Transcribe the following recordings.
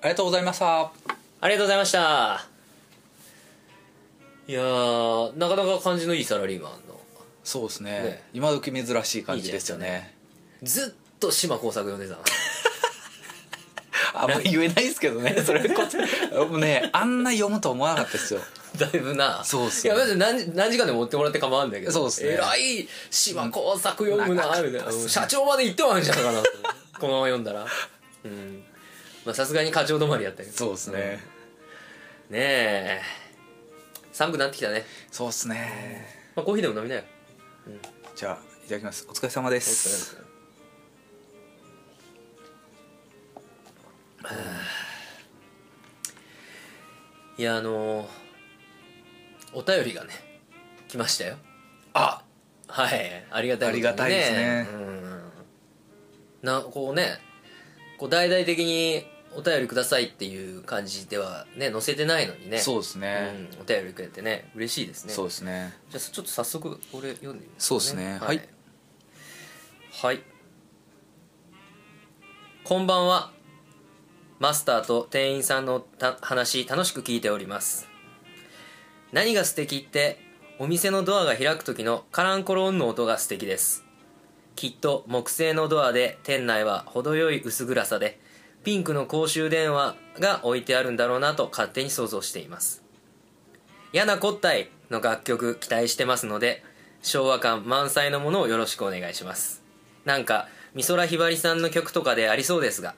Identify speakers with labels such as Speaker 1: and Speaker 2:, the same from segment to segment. Speaker 1: ありがとうございました
Speaker 2: ありがとうございましたいやーなかなか感じのいいサラリーマンの
Speaker 1: そうですね
Speaker 2: ね
Speaker 1: 今時珍しい感じですよね
Speaker 2: ずっと島耕作米さん
Speaker 1: あんまり言えないですけど ねそれこそもうねあんな読むと思わなかったですよ
Speaker 2: だいぶな
Speaker 1: そうっすね
Speaker 2: いや別に何何時間でも追ってもらって構わんだけど
Speaker 1: そうっすね
Speaker 2: 偉い島耕作読む
Speaker 1: 長
Speaker 2: な
Speaker 1: かったっすね
Speaker 2: みたいな、うん社長まで行ってもあるんじゃないかなと このまま読んだらうんまあさすがに課長止まりやったけど
Speaker 1: そうですね、
Speaker 2: ねえ寒くなってきたね、
Speaker 1: そうですね
Speaker 2: まあ、コーヒーでも飲みなよ
Speaker 1: じゃあいただきますお疲れ様です
Speaker 2: いやあのーお便りがね来ましたよ
Speaker 1: あ
Speaker 2: はいありがたいこ
Speaker 1: あ
Speaker 2: とにね
Speaker 1: りがたいですね
Speaker 2: うんなこうねこう大々的にお便りくださいっていう感じではね載せてないのにね
Speaker 1: そうですね、
Speaker 2: うんお便りくれてね嬉しいですね
Speaker 1: そうですね
Speaker 2: じゃあちょっと早速これ読んでみます
Speaker 1: そうですねはい
Speaker 2: はい、こんばんはマスターと店員さんのた話楽しく聞いております何が素敵ってお店のドアが開く時のカランコロンの音が素敵ですきっと木製のドアで店内は程よい薄暗さでピンクの公衆電話が置いてあるんだろうなと勝手に想像しています嫌なこったいの楽曲期待してますので昭和感満載のものをよろしくお願いしますなんか美空ひばりさんの曲とかでありそうですが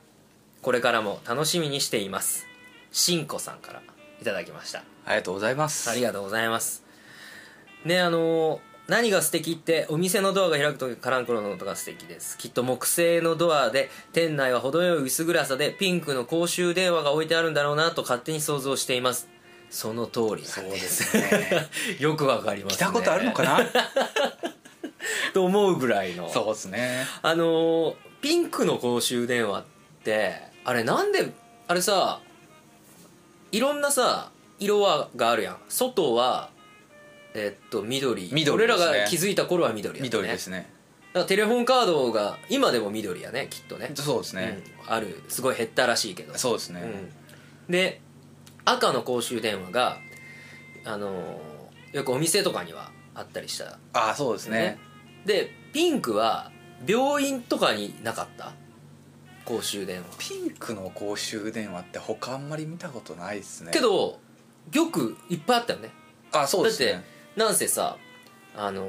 Speaker 2: これからも楽しみにしていますしんこさんからいただきました
Speaker 1: ありがとうございます
Speaker 2: ありがとうございますねあのー何が素敵ってお店のドアが開く時カランコロの音が素敵ですきっと木製のドアで店内は程よい薄暗さでピンクの公衆電話が置いてあるんだろうなと勝手に想像していますその通りなんです
Speaker 1: そうですね
Speaker 2: よくわかります、ね、
Speaker 1: 来たことあるのかな
Speaker 2: と思うぐらいの
Speaker 1: そうですね
Speaker 2: あのーピンクの公衆電話ってあれなんであれさいろんなさ色はがあるやん外はえっと緑
Speaker 1: 緑ですね
Speaker 2: 俺らが気づいた頃は緑やったね
Speaker 1: 緑ですね
Speaker 2: だからテレフォンカードが今でも緑やねきっとね
Speaker 1: そうですね、
Speaker 2: うんあるすごい減ったらしいけど
Speaker 1: そうですね、
Speaker 2: うん、で赤の公衆電話があのーよくお店とかにはあったりした
Speaker 1: ああそうですね
Speaker 2: ねでピンクは病院とかになかった公衆電話
Speaker 1: ピンクの公衆電話って他あんまり見たことないですね
Speaker 2: けどよくいっぱいあったよね
Speaker 1: あそうです
Speaker 2: だっ
Speaker 1: ね
Speaker 2: てなんせさあのー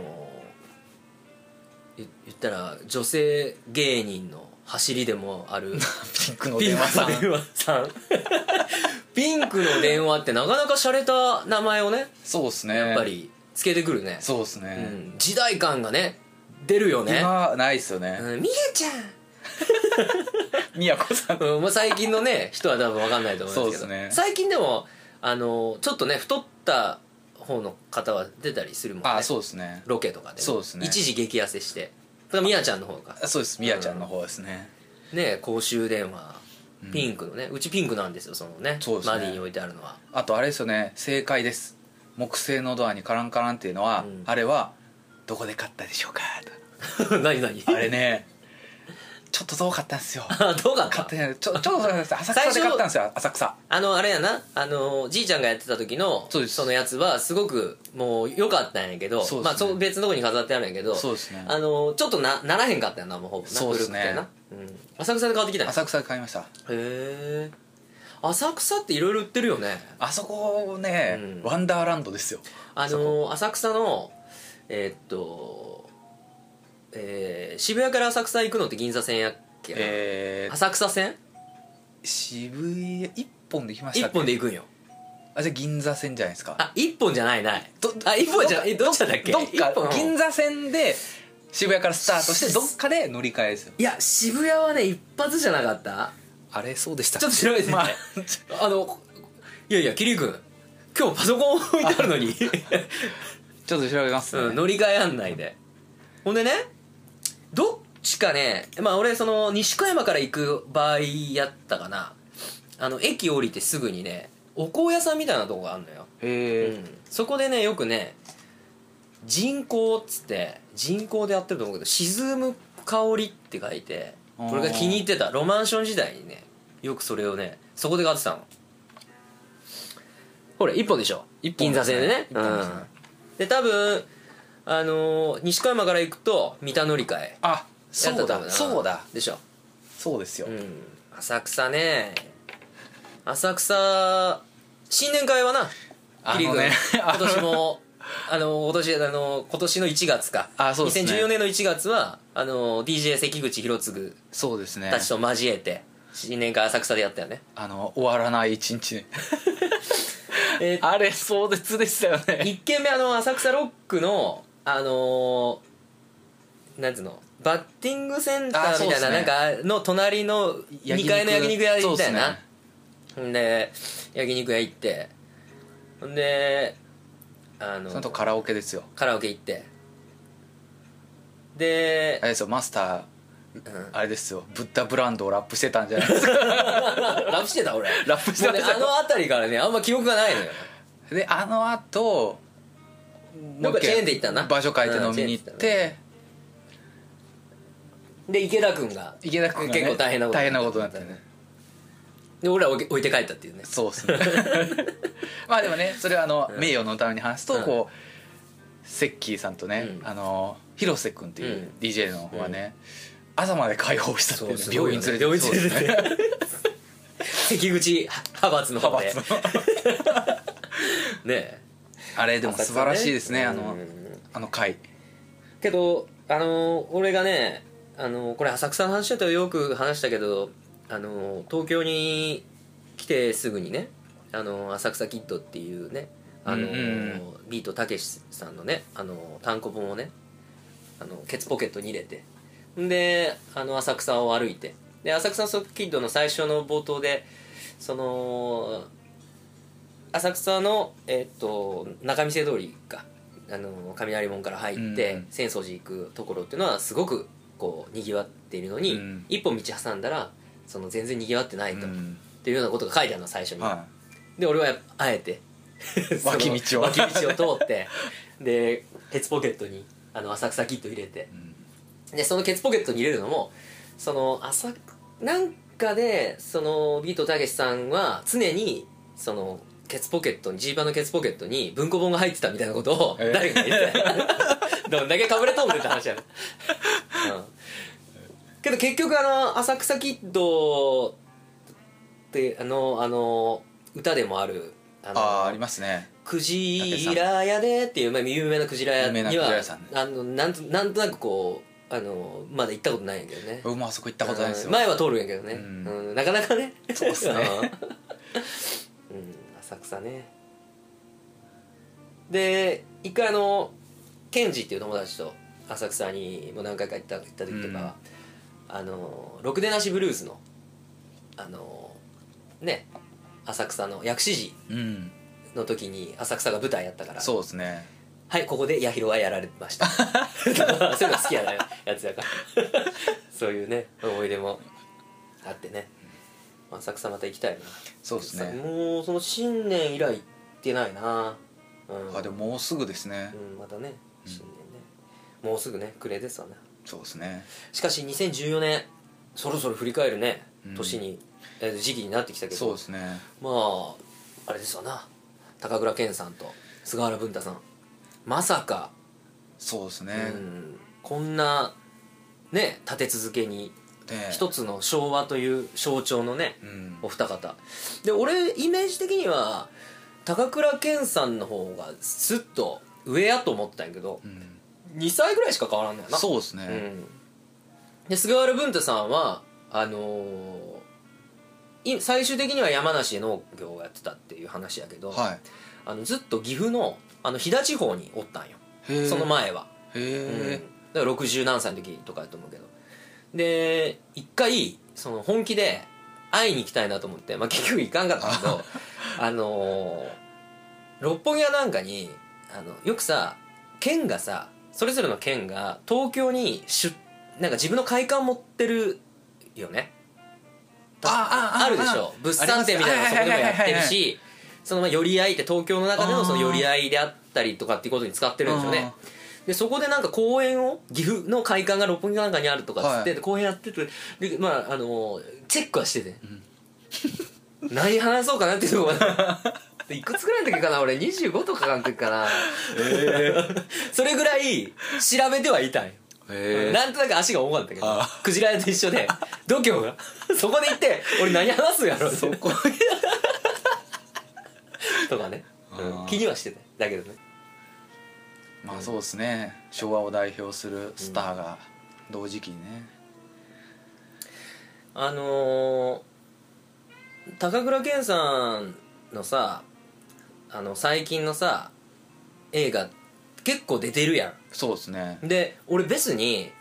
Speaker 2: 言言ったら女性芸人の走りでもある
Speaker 1: ピンクの
Speaker 2: ピ
Speaker 1: 電
Speaker 2: ン
Speaker 1: 話さん
Speaker 2: クの電話さん ピンクの電話ってなかなか洒落た名前をね
Speaker 1: そうですね
Speaker 2: やっぱりつけてくるね、
Speaker 1: そうです
Speaker 2: う
Speaker 1: ね、
Speaker 2: ん、時代感がね出るよね
Speaker 1: 今ないですよね
Speaker 2: うんみやちゃん
Speaker 1: みやこさん
Speaker 2: うんまあ、最近のね人は多分分かんないと思い
Speaker 1: そ
Speaker 2: ますけ
Speaker 1: う
Speaker 2: ど
Speaker 1: ですね
Speaker 2: 最近でもあのちょっとね太った方の方は出たりするもんね
Speaker 1: あそうですね
Speaker 2: ロケとかで,、
Speaker 1: そうですね
Speaker 2: 一時激痩せしてだからみやちゃんの方が
Speaker 1: あそうですみやちゃんの方ですね、
Speaker 2: ね公衆電話ピンクのね、うちピンクなんですよそのね
Speaker 1: そうですね
Speaker 2: マディに置いてあるのは
Speaker 1: あとあれですよね正解です木製のドアにカランカランっていうのは、
Speaker 2: うん
Speaker 1: あれはどこで買ったでしょうか
Speaker 2: 何何
Speaker 1: とあれねちょっと遠かったんですよ
Speaker 2: あどうだっ
Speaker 1: 買
Speaker 2: た
Speaker 1: ってないちょちょっと遠かったんですよ浅草で買ったんですよ浅草
Speaker 2: あのあれやなあのじいちゃんがやってた時の
Speaker 1: そうです
Speaker 2: のやつはすごくもう良かったんやけど
Speaker 1: そうですね
Speaker 2: まあ、そう別のとこに飾ってあるんやけど
Speaker 1: そうですね
Speaker 2: あのちょっとなならへんかったよなもうほぼな
Speaker 1: そうですね
Speaker 2: 古くてな、うん、浅草で買ってきたんやへ
Speaker 1: 浅草で買いました
Speaker 2: え浅草っていろいろ売ってるよね
Speaker 1: あそこね、
Speaker 2: うん
Speaker 1: ワンダーランドですよ
Speaker 2: あの浅草のえーっと、えー渋谷から浅草行くのって銀座線やっけな、
Speaker 1: えー、
Speaker 2: 浅草線
Speaker 1: 渋谷一本で行きました
Speaker 2: 一
Speaker 1: っけ
Speaker 2: 本で行くんよ
Speaker 1: あじゃあ銀座線じゃないですか
Speaker 2: あ一本じゃないない
Speaker 1: ど
Speaker 2: あ一本じゃえどっちだっけ
Speaker 1: どっ
Speaker 2: 一本
Speaker 1: か銀座線で渋谷からスタートしてどっかで乗り換えですよ
Speaker 2: いや渋谷はね一発じゃなかった
Speaker 1: あれそうでした
Speaker 2: ちょっと調べてみて、
Speaker 1: まあ
Speaker 2: あのいやいや桐生君今日パソコン置いてあるの に、
Speaker 1: ちょっと調べますね、
Speaker 2: うん、乗り換え案内でほんでねどっちかねまあ俺その西小山から行く場合やったかなあの駅降りてすぐにねお香屋さんみたいなとこがあるのよ、
Speaker 1: へ
Speaker 2: うんそこでねよくね人工っつって人工でやってると思うけど「沈む香り」って書いてこれが気に入ってたロマンション時代にねよくそれをねそこで買ってたのほれ1本でしょ
Speaker 1: 一本
Speaker 2: 銀座線でね
Speaker 1: 一本ですね
Speaker 2: うんで多分あのー西小山から行くと三田乗り換え
Speaker 1: あ
Speaker 2: やった
Speaker 1: そう
Speaker 2: と思
Speaker 1: だそうだ
Speaker 2: でしょ
Speaker 1: そうですよ、
Speaker 2: うん浅草ね浅草新年会はな
Speaker 1: あ
Speaker 2: キリ
Speaker 1: の
Speaker 2: 君、
Speaker 1: ね
Speaker 2: 今年も あの今年あの今年の1月か
Speaker 1: あそうですね
Speaker 2: 2014年の1月はあの DJ 関口博次
Speaker 1: そうですね
Speaker 2: たちと交えて新年会浅草でやったよね
Speaker 1: あの終わらない一日ね
Speaker 2: え
Speaker 1: あれ壮絶でしたよね
Speaker 2: 1軒目あの浅草ロックのあのーなんつうのバッティングセンターみたいな,、
Speaker 1: あそうっすね
Speaker 2: なんかの隣の
Speaker 1: 焼
Speaker 2: 2
Speaker 1: 肉
Speaker 2: 階の焼肉屋みたい
Speaker 1: そうっ
Speaker 2: なほんで焼肉屋行ってほんであの
Speaker 1: その後カラオケですよ
Speaker 2: カラオケ行ってで
Speaker 1: あれですよマスター
Speaker 2: うん
Speaker 1: あれですよブッダブランドをラップしてたんじゃない ですか
Speaker 2: ラップしてた俺
Speaker 1: ラップしてましたよ
Speaker 2: もうねあの辺りからねあんま記憶がないのよ
Speaker 1: であのあと
Speaker 2: どっかチェーンで行ったな
Speaker 1: 場所変えて飲みに行っ
Speaker 2: うんチェーンで
Speaker 1: て、
Speaker 2: で池田君が
Speaker 1: 池田君が、ね、
Speaker 2: 結構大変なこと
Speaker 1: 大変なことになってね
Speaker 2: で俺ら置い置いて帰ったっていうね
Speaker 1: そうです ねまあでもねそれはあの、名誉のために話すと、
Speaker 2: うん
Speaker 1: こうセッキーさんとね、
Speaker 2: うん
Speaker 1: あの広瀬君っていううん DJ の方はね、朝まで解放したっていうね、病院連れて
Speaker 2: 病院連
Speaker 1: そうで
Speaker 2: れて
Speaker 1: すね
Speaker 2: 関口 派閥の方で
Speaker 1: 派閥の
Speaker 2: ね
Speaker 1: あれでも素晴らしいですねあ
Speaker 2: 浅草
Speaker 1: の
Speaker 2: うん
Speaker 1: あの回
Speaker 2: けどあのー俺がねあのーこれ浅草の話だとよく話したけどあのー東京に来てすぐにねあのー浅草キッドっていうねあのー
Speaker 1: うん
Speaker 2: ビートたけしさんのねあのー単行本をねあのケツポケットに入れてんであの浅草を歩いてで浅草ソキッドの最初の冒頭でその浅草の、えっと中見世通りかあの雷門から入って、
Speaker 1: うん
Speaker 2: 浅草寺行くところっていうのはすごくこうにぎわっているのに、
Speaker 1: うん
Speaker 2: 一本道挟んだらその全然にぎわってな
Speaker 1: う
Speaker 2: いと、っ
Speaker 1: ん
Speaker 2: ていうようなことが書いてあるの最初に、
Speaker 1: は
Speaker 2: で俺はやっぱあえてその
Speaker 1: 脇道を
Speaker 2: 脇道を通ってでケツポケットにあの浅草キット入れて
Speaker 1: い、うん
Speaker 2: でそのケツポケットに入れるのもその浅なんかでそのビートたけしさんは常にそのケツポケットにジーパンのケツポケットに文庫本が入ってたみたいなことを
Speaker 1: えー
Speaker 2: 誰かが言って たどんだけかぶれとんねんって話やね、うん、けど結局あの浅草キッドってあのあの歌でもあるあの
Speaker 1: ああありますね
Speaker 2: クジラ屋でっていうまあ有名なクジラ屋には
Speaker 1: 有名なクジラ屋さんね
Speaker 2: あのなんとなんとなくこうあのまだ行ったことないんだけどね
Speaker 1: 僕もあそこ行ったことないんです
Speaker 2: う
Speaker 1: よ
Speaker 2: ん前は通るんやけどね、う
Speaker 1: うんん
Speaker 2: なかなかね
Speaker 1: そうっす ね
Speaker 2: うんうん浅草ねで一回あのケンジっていう友達と浅草にもう何回か行った行った時とかは、あのろくでなしブルーズのあのね浅草の薬師寺
Speaker 1: うん
Speaker 2: の時に浅草が舞台やったから
Speaker 1: そうですね
Speaker 2: はいここで八尋はやられ ましたそういうの好きやなやつだからそういうね思い出もあってね浅草また行きたいな
Speaker 1: そうですね
Speaker 2: もうその新年以来行ってないなうん
Speaker 1: あでももうすぐですね
Speaker 2: うんまたね新年ね、もうすぐね暮れですわね
Speaker 1: そうですね
Speaker 2: しかし2014年そろそろ振り返るね
Speaker 1: うん
Speaker 2: 年に、えー時期になってきたけど
Speaker 1: そうですね
Speaker 2: まああれですわな高倉健さんと菅原文太さんまさか、
Speaker 1: そうですね
Speaker 2: うんこんなね立て続けに
Speaker 1: で
Speaker 2: 一つの昭和という象徴のね
Speaker 1: うん
Speaker 2: お二方で俺イメージ的には高倉健さんの方がスッと上やと思ったんやけど
Speaker 1: うん
Speaker 2: 2歳ぐらいしか変わらんのやな
Speaker 1: そうですね、
Speaker 2: うん、で菅原文太さんはあのーい最終的には山梨で農業をやってたっていう話やけど、
Speaker 1: は
Speaker 2: あのずっと岐阜のあの飛騨地方におったんよ
Speaker 1: いへー
Speaker 2: その前は、
Speaker 1: へ
Speaker 2: うん
Speaker 1: え、
Speaker 2: だから60何歳の時とかやと思うけどで一回その本気で会いに行きたいなと思って、まあ、結局行かんかったけどあのー六本木やなんかにあのよくさ県がさそれぞれの県が東京に出なんか自分の会館持ってるよね
Speaker 1: あ
Speaker 2: あるでしょ物産展みたいなのそこでもやってるしそのまあ寄り合いって東京の中でのその寄り合いであったりとかっていうことに使ってるんですよねでそこでなんか公演を岐阜の会館が六本木なんかにあるとかっつっ
Speaker 1: は
Speaker 2: て、
Speaker 1: い
Speaker 2: で公演やっててでまああのチェックはしてて、何話そうかなっていうのがいくつぐらいの時かな俺25とかの時かなそれぐらい調べてはいたんよ
Speaker 1: え
Speaker 2: なんとなく足が重かったけど
Speaker 1: あ
Speaker 2: クジラ屋と一 緒で度胸がそこで行って俺何話すんやろそことかね、うん
Speaker 1: あー
Speaker 2: 気にはしてただけどね
Speaker 1: まあそうですね昭和を代表するスターが同時期にね、
Speaker 2: あのー高倉健さんのさあの最近のさ映画結構出てるや
Speaker 1: そうですね
Speaker 2: んで俺別に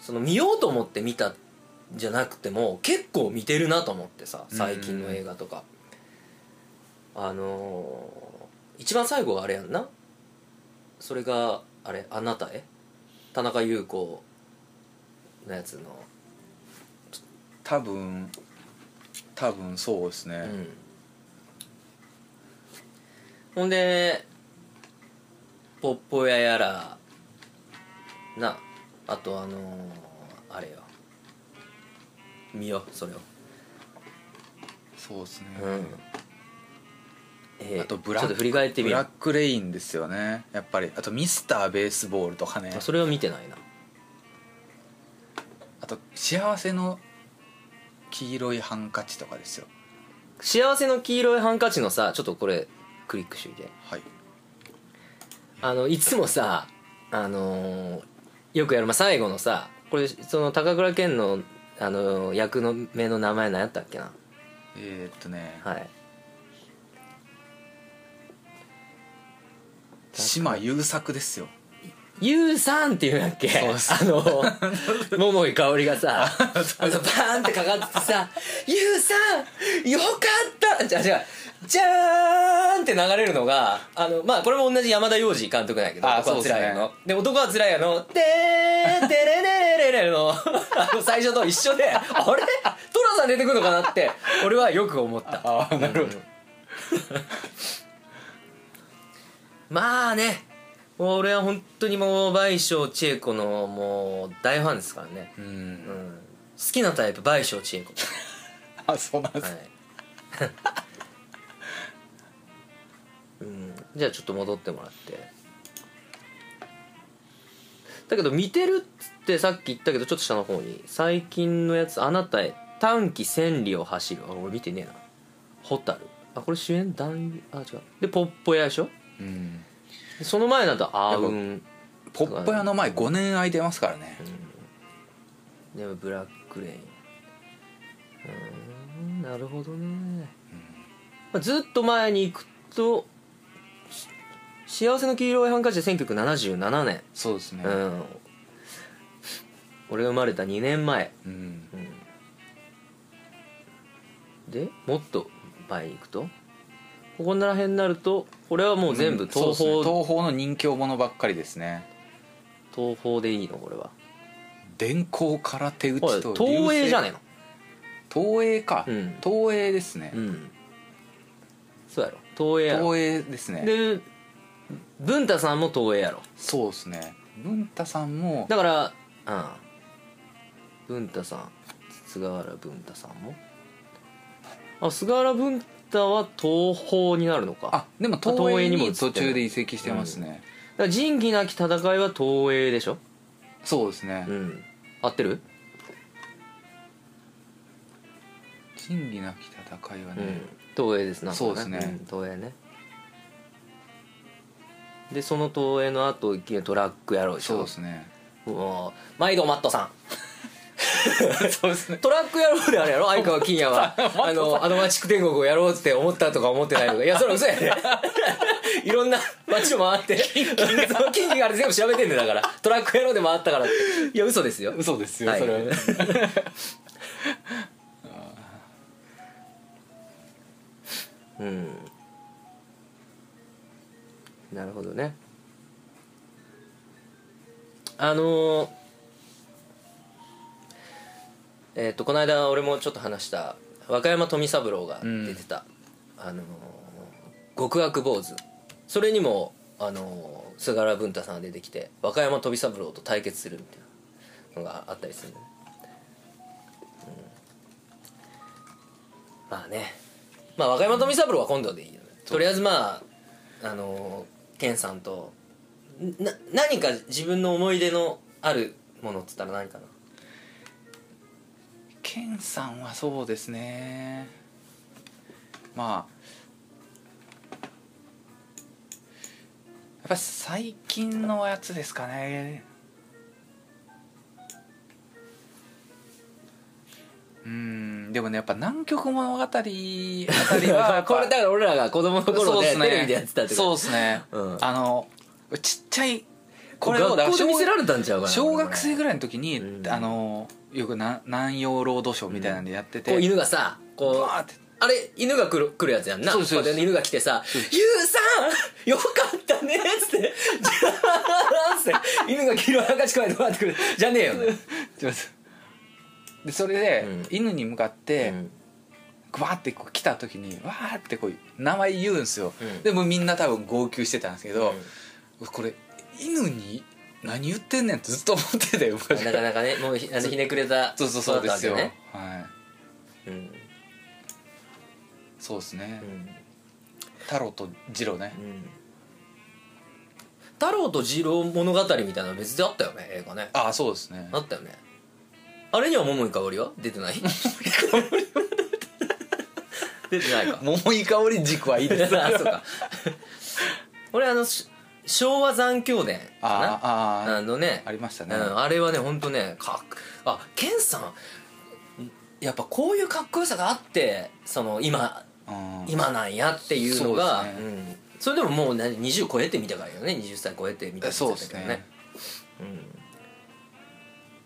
Speaker 2: その見ようと思って見たんじゃなくても結構見てるなと思ってさ最近の映画とかあのー一番最後はあれやんなそれがあれ「あなたへ」田中優子のやつの
Speaker 1: 多分多分そうですね、
Speaker 2: うん、ほんでポッポ屋やらなあとあのーあれよ見ようそれを、
Speaker 1: そうですね、
Speaker 2: えー
Speaker 1: あとブラ
Speaker 2: ちょっと振り返ってみ
Speaker 1: ブ
Speaker 2: よ
Speaker 1: ラッ
Speaker 2: う
Speaker 1: クレインですよねやっぱりあとミスターベースボールとかね
Speaker 2: あそれを見てないな
Speaker 1: あと幸せの黄色いハンカチとかですよ
Speaker 2: 幸せの黄色いハンカチのさちょっとこれクリックしてみて
Speaker 1: はい
Speaker 2: あのいつもさあのーよくやる、まあ、最後のさこれその高倉健の、あのー役の目の名前何やったっけな
Speaker 1: えー、っとね
Speaker 2: はい
Speaker 1: 島優作ですよ
Speaker 2: ゆうさんっていうんだっけ
Speaker 1: そうそ
Speaker 2: あの桃井かおりがさあのバーンってかかってさ「ゆうさんよかった!」じゃあじゃあじゃーんって流れるのがあのまあこれも同じ山田洋次監督なんやけど
Speaker 1: あ
Speaker 2: 男は
Speaker 1: そう
Speaker 2: つ
Speaker 1: ですね
Speaker 2: らいやので男はつらいやの「てーてれれれれれ」のあの最初と一緒であれ寅さん出てくるのかなって俺はよく思った
Speaker 1: ああなるほど、
Speaker 2: まあね俺は本当にもう倍賞千恵子のもう大ファンですからね、
Speaker 1: うん
Speaker 2: うん、好きなタイプ倍賞千恵子、
Speaker 1: あそうなんです、
Speaker 2: はい うん、じゃあちょっと戻ってもらってだけど見てるっつってさっき言ったけどちょっと下の方に最近のやつ「あなたへ短期千里を走る」あ俺見てねえな「ホタル」あこれ主演男優あ違うで「ポッポ屋」でしょ
Speaker 1: うん、
Speaker 2: その前だと「あうん」
Speaker 1: ポッポ屋の前5年空いてますからね、
Speaker 2: でもブラックレインうーんなるほどね、まあ、ずっと前に行くとし幸せの黄色いハンカチは1977年、
Speaker 1: そうですね
Speaker 2: うん、俺が生まれた2年前
Speaker 1: うん
Speaker 2: でもっと前に行くとここら辺になるとこれはもう全部
Speaker 1: そうで
Speaker 2: 東
Speaker 1: す
Speaker 2: 宝、
Speaker 1: ね東宝の人気者ばっかりですね
Speaker 2: 東宝でいいのこれは
Speaker 1: 電光空手打
Speaker 2: こ
Speaker 1: ち
Speaker 2: れ
Speaker 1: と
Speaker 2: 東映じゃねえの
Speaker 1: 流星東映か、
Speaker 2: うん
Speaker 1: 東映ですね、
Speaker 2: うんそうやろ東映やろ
Speaker 1: 東映ですね
Speaker 2: で文太さんも東映やろ
Speaker 1: そうですね文太さんも
Speaker 2: だからうん文太さん菅原文太さんもあ菅原文太は東宝になるのか
Speaker 1: あでも
Speaker 2: あ
Speaker 1: 東映に
Speaker 2: 東映にも移
Speaker 1: も
Speaker 2: ってる
Speaker 1: 途中で移籍してますね、
Speaker 2: だから仁義なき戦いは東映でしょ
Speaker 1: そうですね
Speaker 2: うん合ってる、
Speaker 1: 仁義なき戦いは
Speaker 2: う
Speaker 1: ね、
Speaker 2: ん、東映ですな
Speaker 1: そうですね
Speaker 2: これん東映ねでその東映の後一気にトラックやろうでしょ
Speaker 1: そうですね
Speaker 2: うわ毎度マットさん
Speaker 1: そうですね
Speaker 2: トラックやろうであれやろ相川金也はあのあのマチック天国をやろうって思ったとか思ってないとかいやそれは嘘やねいろんな街を回ってその金々があれ全部調べてんねんだからトラックやろうで回ったからっていや嘘ですよ
Speaker 1: 嘘ですよ、
Speaker 2: はい
Speaker 1: それはね
Speaker 2: うんなるほどねあのーえっ、とこの間俺もちょっと話した和歌山富三郎が出てた、あのー極悪坊主それにもあのー菅原文太さんが出てきて和歌山富三郎と対決するみたいなのがあったりするんだね、うんまあねまあ若山富三郎は今度でいいよねとりあえずまああの健さんとな何か自分の思い出のあるものっつったら何かな
Speaker 1: ケンさんはそうですねまあやっぱ最近のやつですかねうんでもねやっぱ南極物語あたりはやっぱ
Speaker 2: これだから俺らが子供の頃で、テレビでやってたってこと
Speaker 1: そうですね、
Speaker 2: うん
Speaker 1: あのちっちゃい
Speaker 2: これを学校で見せら
Speaker 1: れ
Speaker 2: れたんちゃうかな
Speaker 1: 小学生ぐらいの時に、
Speaker 2: うん
Speaker 1: あのよくな南洋ロードショーみたいなんでやってて、
Speaker 2: こう犬がさこ
Speaker 1: バーっ
Speaker 2: う
Speaker 1: て
Speaker 2: あれ犬が来る来るやつやんな
Speaker 1: そうですそうです
Speaker 2: こやって犬が来てさ「ゆうさんよかったね」っつって「じゃあ」っつって犬が黄色い赤ちこうやって回ってくるじゃねえよね
Speaker 1: ちょっと待ってでそれで、
Speaker 2: うん
Speaker 1: 犬に向かって、バーってこう来た時にわーってこう名前言うんですよ、
Speaker 2: うん
Speaker 1: でもうみんな多分号泣してたんですけど、これ犬に何言ってんねんってずっと思ってたよ昔 か
Speaker 2: なからなかねもうひあのひねくれた
Speaker 1: そうそうそうですよ、
Speaker 2: 子だったわ
Speaker 1: はい
Speaker 2: けねうん
Speaker 1: そうですね、
Speaker 2: うん
Speaker 1: 太郎と次郎ね
Speaker 2: うん太郎と次郎物語みたいなの別であったよね映画ね
Speaker 1: ああそうですね
Speaker 2: あったよねあれには桃井かおりは出てない出てないか
Speaker 1: 桃井かおり軸 はいい です
Speaker 2: あそうか俺あのし昭和残響伝か
Speaker 1: あー
Speaker 2: な
Speaker 1: あ
Speaker 2: あのね
Speaker 1: ーありましたね、
Speaker 2: うん、あれはね本当ねかっあケンさんやっぱこういうかっこよさがあってその今
Speaker 1: うん
Speaker 2: 今なんやっていうの
Speaker 1: そ
Speaker 2: が
Speaker 1: うですね
Speaker 2: うんそれでももう何20超えてみたからよね20歳超えてみたいな
Speaker 1: そうですね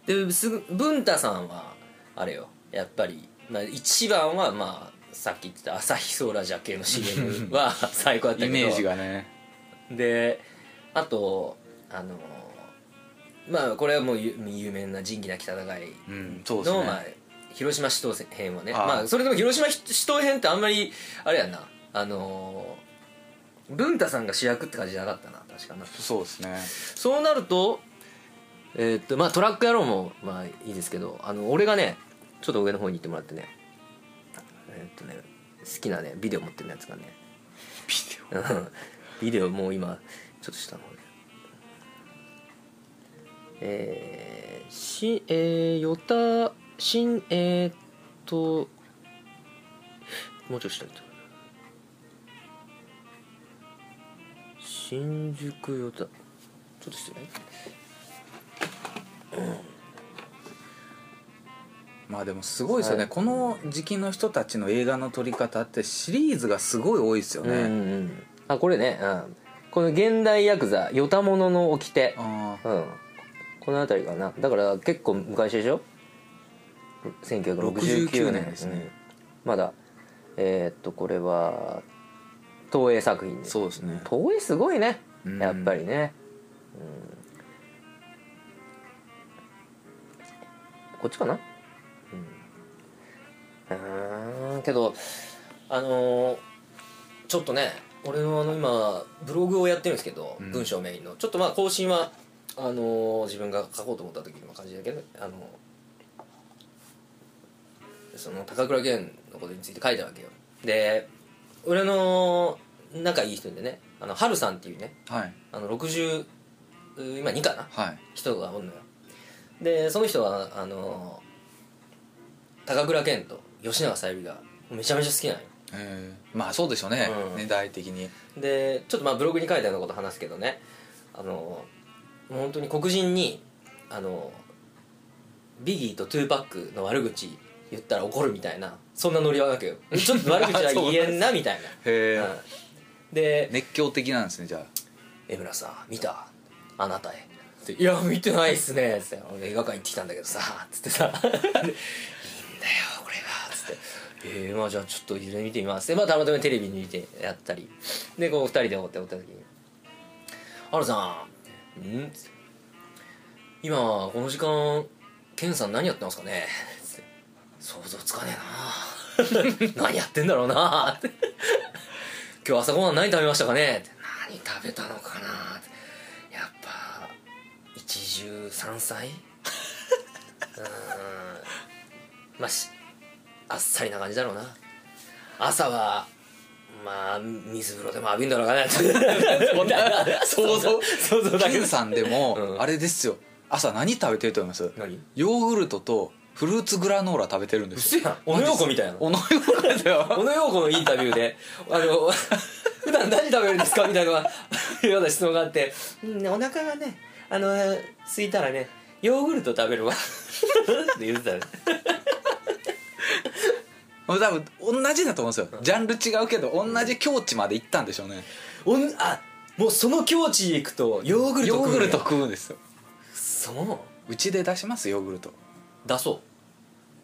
Speaker 2: ですぐ文太さんはあれよやっぱり、まあ、一番はまあさっき言ってた朝日ソーラージャケの CM は最高だったけ
Speaker 1: イ
Speaker 2: ど
Speaker 1: メージがね
Speaker 2: であとあのまあこれはもう有有名な「仁義なき戦い」
Speaker 1: うんそうです
Speaker 2: の、
Speaker 1: ね、
Speaker 2: まあ、広島市東編はね
Speaker 1: あー
Speaker 2: まあ、それでも広島市東編ってあんまりあれやんなあのー文太さんが主役って感じじゃなかったな確かな
Speaker 1: そうですね
Speaker 2: そうなるとえーっとまあトラック野郎もまあいいですけどあの俺がねちょっと上の方に行ってもらってねえーっとね好きなねビデオ持ってるやつがね
Speaker 1: ビデオ
Speaker 2: うんビデオもう今ちょっと下の方でえー、しえー、よたしんえー、っともうちょっと下行った新宿よたちょっと失礼
Speaker 1: まあでもすごいですよね、
Speaker 2: はい
Speaker 1: この時期の人たちの映画の撮り方ってシリーズがすごい多いですよね、
Speaker 2: うんうんうんあこれね、うん、この現代ヤクザよたものの掟
Speaker 1: ああ
Speaker 2: うんこの辺りかなだから結構昔でしょ1969
Speaker 1: 69
Speaker 2: 年
Speaker 1: 年ですね
Speaker 2: うんまだえーっとこれは東映作品で
Speaker 1: そうですね
Speaker 2: 東映すごいね
Speaker 1: うん
Speaker 2: やっぱりね、うん、こっちかなうんうーんけどあのーちょっとね俺のあの今ブログをやってるんですけど、
Speaker 1: うん
Speaker 2: 文章メインのちょっとまあ更新はあのー自分が書こうと思った時の感じだけど、あのーその高倉健のことについて書いたわけよで俺の仲いい人でねあの春さんっていうね
Speaker 1: はい
Speaker 2: あの60今2かな
Speaker 1: はい
Speaker 2: 人がおんのよでその人はあの高倉健と吉永小百合がめちゃめちゃ好きなのよ
Speaker 1: えー、まあそうでしょうね、
Speaker 2: うん
Speaker 1: 年代的に
Speaker 2: でちょっとまあブログに書いてあること話すけどねあのもう本当に黒人にあのビギーとトゥーパックの悪口言ったら怒るみたいなそんなノリはわけよちょっと悪口は言えんなみたい
Speaker 1: へ
Speaker 2: な、
Speaker 1: ー
Speaker 2: うん、で
Speaker 1: 熱狂的なんですねじゃ
Speaker 2: 江村さん見たあなたへ」っていや見てないっすね」つって「俺映画館行ってきたんだけどさ」つってさ「 でいいんだよこれは」つって「えー、まあじゃあちょっといずれ見てみます」でまあたまたまテレビに見てやったりでこう二人でおっておった時に「あるさん」んつって「今この時間ケンさん何やってますかね?」つって「想像つかねえ な何やってんだろうな」って「今日朝ごはん何食べましたかね?」って「何食べたのかな?」ってやっぱ一汁三菜うーんまあしあっさりな感じだろうな朝はまあ水風呂でも浴びんだろうかなって
Speaker 1: そんな想像
Speaker 2: 想像だけ
Speaker 1: Q さんで
Speaker 2: う
Speaker 1: も
Speaker 2: ん
Speaker 1: あれですよ朝何食べてると思います
Speaker 2: 何
Speaker 1: ヨーグルトとフルーツグラノーラ食べてるんで
Speaker 2: う
Speaker 1: すよ
Speaker 2: やん小野洋子みたいな
Speaker 1: おのようかだよ
Speaker 2: 小野洋子のインタビューで「あの 普段何食べるんですか?」みたいな ような質問があって「うん、お腹がねあの空いたらねヨーグルト食べるわ」 って言ってたね
Speaker 1: もう多分同じだと思うんですよジャンル違うけど同じ境地まで行ったんでしょうね
Speaker 2: おんあもうその境地行くとヨーグルト
Speaker 1: ヨ
Speaker 2: 食う
Speaker 1: ー
Speaker 2: んや
Speaker 1: グルト食うんですよ
Speaker 2: そう
Speaker 1: ちで出しますヨーグルト
Speaker 2: うだそう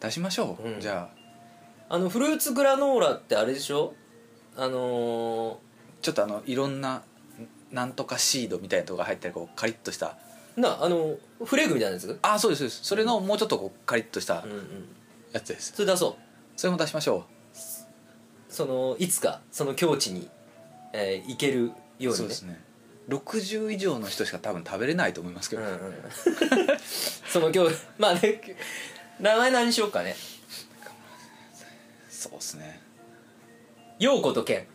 Speaker 1: 出しましょう、
Speaker 2: うん
Speaker 1: じゃあ
Speaker 2: あのフルーツグラノーラってあれでしょあの
Speaker 1: ちょっとあのいろんななんとかシードみたいなとこが入ったりこうカリッとした
Speaker 2: ー、なあのフレークみたいなやつ
Speaker 1: あそうですそうですそれのもうちょっとこうカリッとした
Speaker 2: うんうん
Speaker 1: やつです、
Speaker 2: それだそう
Speaker 1: それも出しましょ
Speaker 2: そのいつかその境地に、えー行ける
Speaker 1: う
Speaker 2: ようにね
Speaker 1: そうですね60以上の人しか多分食べれないと思いますけ
Speaker 2: う
Speaker 1: ど、
Speaker 2: んうんその今日まあね名前何にしようかね
Speaker 1: そうですね
Speaker 2: 陽子と健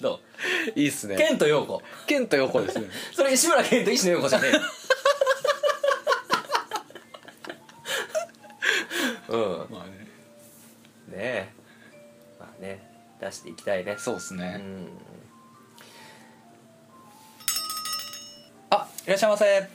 Speaker 2: ど
Speaker 1: いいっす
Speaker 2: う
Speaker 1: ね
Speaker 2: 健と陽子
Speaker 1: ケンとヨコですね
Speaker 2: それ石村健と石野陽子じゃねえよ
Speaker 1: まあね
Speaker 2: うんねえまあね出していきたいね
Speaker 1: そうです
Speaker 2: う
Speaker 1: ね、
Speaker 2: ん
Speaker 1: あいらっしゃいませ